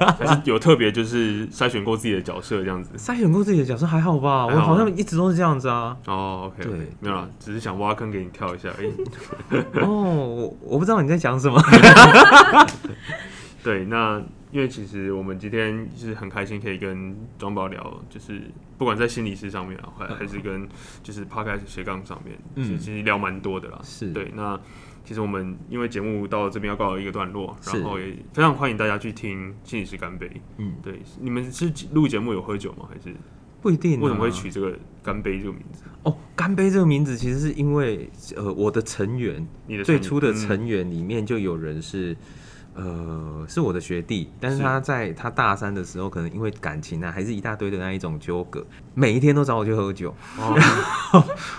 [SPEAKER 3] OK，
[SPEAKER 1] 还是有特别就是筛选过自己的角色这样子。
[SPEAKER 3] 筛选过自己的角色还好吧？
[SPEAKER 1] 还
[SPEAKER 3] 我
[SPEAKER 1] 好啊
[SPEAKER 3] 好
[SPEAKER 1] 吗
[SPEAKER 3] 像一直都是这样子啊。
[SPEAKER 1] 哦，OK，,
[SPEAKER 3] 对
[SPEAKER 1] 没有啦，只是想挖坑给你跳一下哎而已。
[SPEAKER 3] 哦，我我不知道你在讲什么。
[SPEAKER 1] 对，那因为其实我们今天是很开心可以跟庄宝聊，就是不管在心理师上面啊，还还是跟就是 podcast 斜杠上面，
[SPEAKER 3] 嗯
[SPEAKER 1] 其实其实聊蛮多的啦。
[SPEAKER 3] 是
[SPEAKER 1] 对，那其实我们因为节目到这边要告一个段落，
[SPEAKER 3] 是
[SPEAKER 1] 然后也非常欢迎大家去听心理师干杯。
[SPEAKER 3] 嗯，
[SPEAKER 1] 对，你们是录节目有喝酒吗？还是
[SPEAKER 3] 不一定、啊。
[SPEAKER 1] 为什么会取这个干杯这个名字？
[SPEAKER 3] 哦？干杯这个名字其实是因为呃，我的成员
[SPEAKER 1] 你的
[SPEAKER 3] 最初的
[SPEAKER 1] 成嗯
[SPEAKER 3] 成员里面就有人是。呃，是我的学弟，但是
[SPEAKER 1] 是
[SPEAKER 3] 他在他大三的时候，可能因为感情啊，还是一大堆的那一种纠葛，每一天都找我去喝酒，
[SPEAKER 1] 哦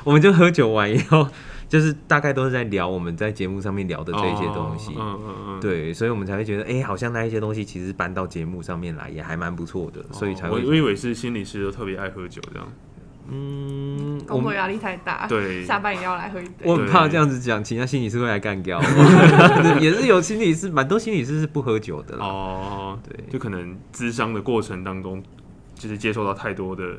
[SPEAKER 3] 我们就喝酒完以后，就是大概都是在聊我们在节目上面聊的这一些东西，
[SPEAKER 1] 嗯嗯嗯，
[SPEAKER 3] 对，所以我们才会觉得，哎、好像那一些东西其实搬到节目上面来也还蛮不错的，所以才
[SPEAKER 1] 哦
[SPEAKER 3] 会
[SPEAKER 1] 我我以为是心理师都特别爱喝酒这样。
[SPEAKER 3] 嗯，嗯，我
[SPEAKER 2] 工作
[SPEAKER 3] 们
[SPEAKER 2] 压力太大，
[SPEAKER 1] 对，
[SPEAKER 2] 啊下班也要来喝一
[SPEAKER 3] 我
[SPEAKER 2] 杯。
[SPEAKER 3] 很怕
[SPEAKER 1] 对
[SPEAKER 3] 这样子讲，其他心理师会来干掉我， 也是有心理师，蛮多心理师是不喝酒的啦。
[SPEAKER 1] 哦，
[SPEAKER 3] 对
[SPEAKER 1] 就可能咨商的过程当中，就是接受到太多的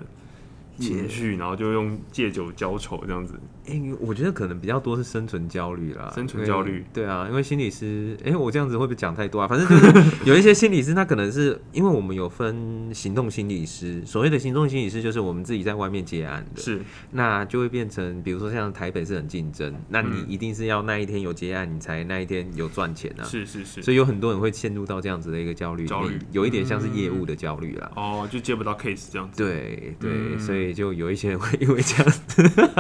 [SPEAKER 1] 情绪，然后就用借酒浇愁这样子。
[SPEAKER 3] 哎、我觉得可能比较多是生存焦虑啦，
[SPEAKER 1] 生存焦虑
[SPEAKER 3] 因为。对啊，因为心理师，哎、我这样子会不会讲太多啊？反正就是有一些心理师，他可能是因为我们有分行动心理师，所谓的行动心理师就是我们自己在外面接案的，
[SPEAKER 1] 是，
[SPEAKER 3] 那就会变成，比如说像台北是很竞争，那你
[SPEAKER 1] 嗯
[SPEAKER 3] 一定是要那一天有接案，你才那一天有赚钱啊。
[SPEAKER 1] 是是是。
[SPEAKER 3] 所以有很多人会陷入到这样子的一个焦虑里嗯
[SPEAKER 1] 焦虑
[SPEAKER 3] 面，有一点像是业务的焦虑啦。
[SPEAKER 1] 哦，就接不到 case 这 样子，
[SPEAKER 3] 对对，
[SPEAKER 1] 嗯
[SPEAKER 3] 所以就有一些人会因为这样，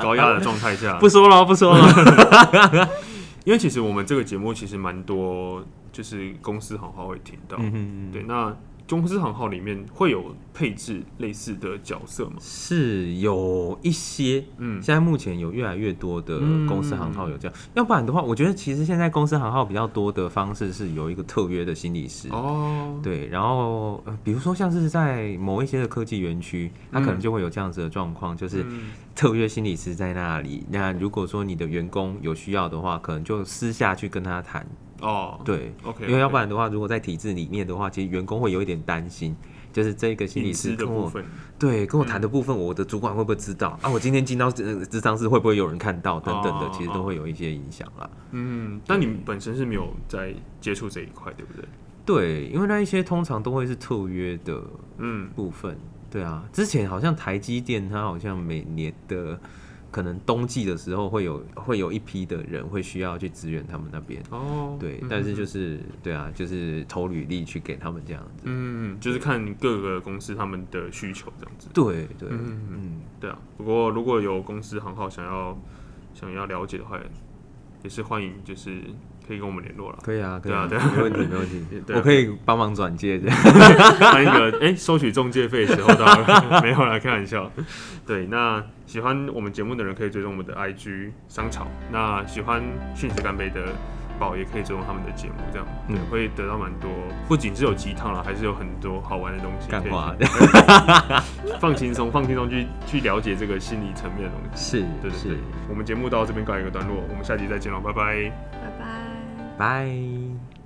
[SPEAKER 1] 高压的状态 下，
[SPEAKER 3] 不说了，不说 了。
[SPEAKER 1] 因为其实我们这个节目其实蛮多，就是公司行号会听到。
[SPEAKER 3] 嗯哼
[SPEAKER 1] 对，那公司行号里面会有配置类似的角色吗？
[SPEAKER 3] 是有一些，
[SPEAKER 1] 嗯，
[SPEAKER 3] 现在目前有越来越多的
[SPEAKER 1] 嗯
[SPEAKER 3] 公司行号有这样，要不然的话，我觉得其实现在公司行号比较多的方式是有一个特约的心理师。
[SPEAKER 1] 哦，
[SPEAKER 3] 对，然后、呃、比如说像是在某一些的科技园区，它可能就会有这样子的状况，就是
[SPEAKER 1] 嗯
[SPEAKER 3] 特约心理师在那里。那如果说你的员工有需要的话，可能就私下去跟他谈。
[SPEAKER 1] 哦，
[SPEAKER 3] 对，
[SPEAKER 1] ，OK，
[SPEAKER 3] 因为要不然的话，如果在体制里面的话，其实员工会有一点担心，就是这个心理
[SPEAKER 1] 隐
[SPEAKER 3] 师
[SPEAKER 1] 私的
[SPEAKER 3] 跟
[SPEAKER 1] 部
[SPEAKER 3] 我
[SPEAKER 1] 分，嗯
[SPEAKER 3] 对跟我谈的部分，我的主管会不会知道啊？我今天进到呃智商室会不会有人看到等等的，
[SPEAKER 1] 哦
[SPEAKER 3] 其实都会有一些影响啦。
[SPEAKER 1] 嗯，但你本身是没有在接触这一块，对不对？
[SPEAKER 3] 对，因为那一些通常都会是特约的
[SPEAKER 1] 嗯，
[SPEAKER 3] 部分。对啊，之前好像台积电，它好像每年的可能冬季的时候会有会有一批的人会需要去支援他们那边。
[SPEAKER 1] 哦，
[SPEAKER 3] 对
[SPEAKER 1] 嗯，
[SPEAKER 3] 但是就是对啊，就是投履历去给他们这样子。
[SPEAKER 1] 嗯，就是看各个公司他们的需求这样子。
[SPEAKER 3] 对对，
[SPEAKER 1] 嗯
[SPEAKER 3] 嗯，
[SPEAKER 1] 对啊，不过如果有公司行号想要想要了解的话，也是欢迎，就是可以跟我们联络啦。
[SPEAKER 3] 可以啊，可以
[SPEAKER 1] 对啊对啊
[SPEAKER 3] 没问题，没问题
[SPEAKER 1] ，对啊
[SPEAKER 3] 我可以帮忙转介这样。
[SPEAKER 1] 当一个哎、收取中介费的时候到了，没有啦，开玩笑。对，那喜欢我们节目的人可以追踪我们的 IG 商场，那喜欢讯息干杯的宝也可以追踪他们的节目，这样对，
[SPEAKER 3] 嗯
[SPEAKER 1] 会得到蛮多，不仅是有鸡汤啦，还是有很多好玩的东西可以
[SPEAKER 3] 干
[SPEAKER 1] 去。
[SPEAKER 3] 话
[SPEAKER 1] 放轻松，放轻松去去了解这个心理层面的东西。
[SPEAKER 3] 是
[SPEAKER 1] 对对对
[SPEAKER 3] 是，，
[SPEAKER 1] 我们节目到这边告一个段落，我们下集再见喽，拜拜。
[SPEAKER 2] 拜拜。
[SPEAKER 3] 拜。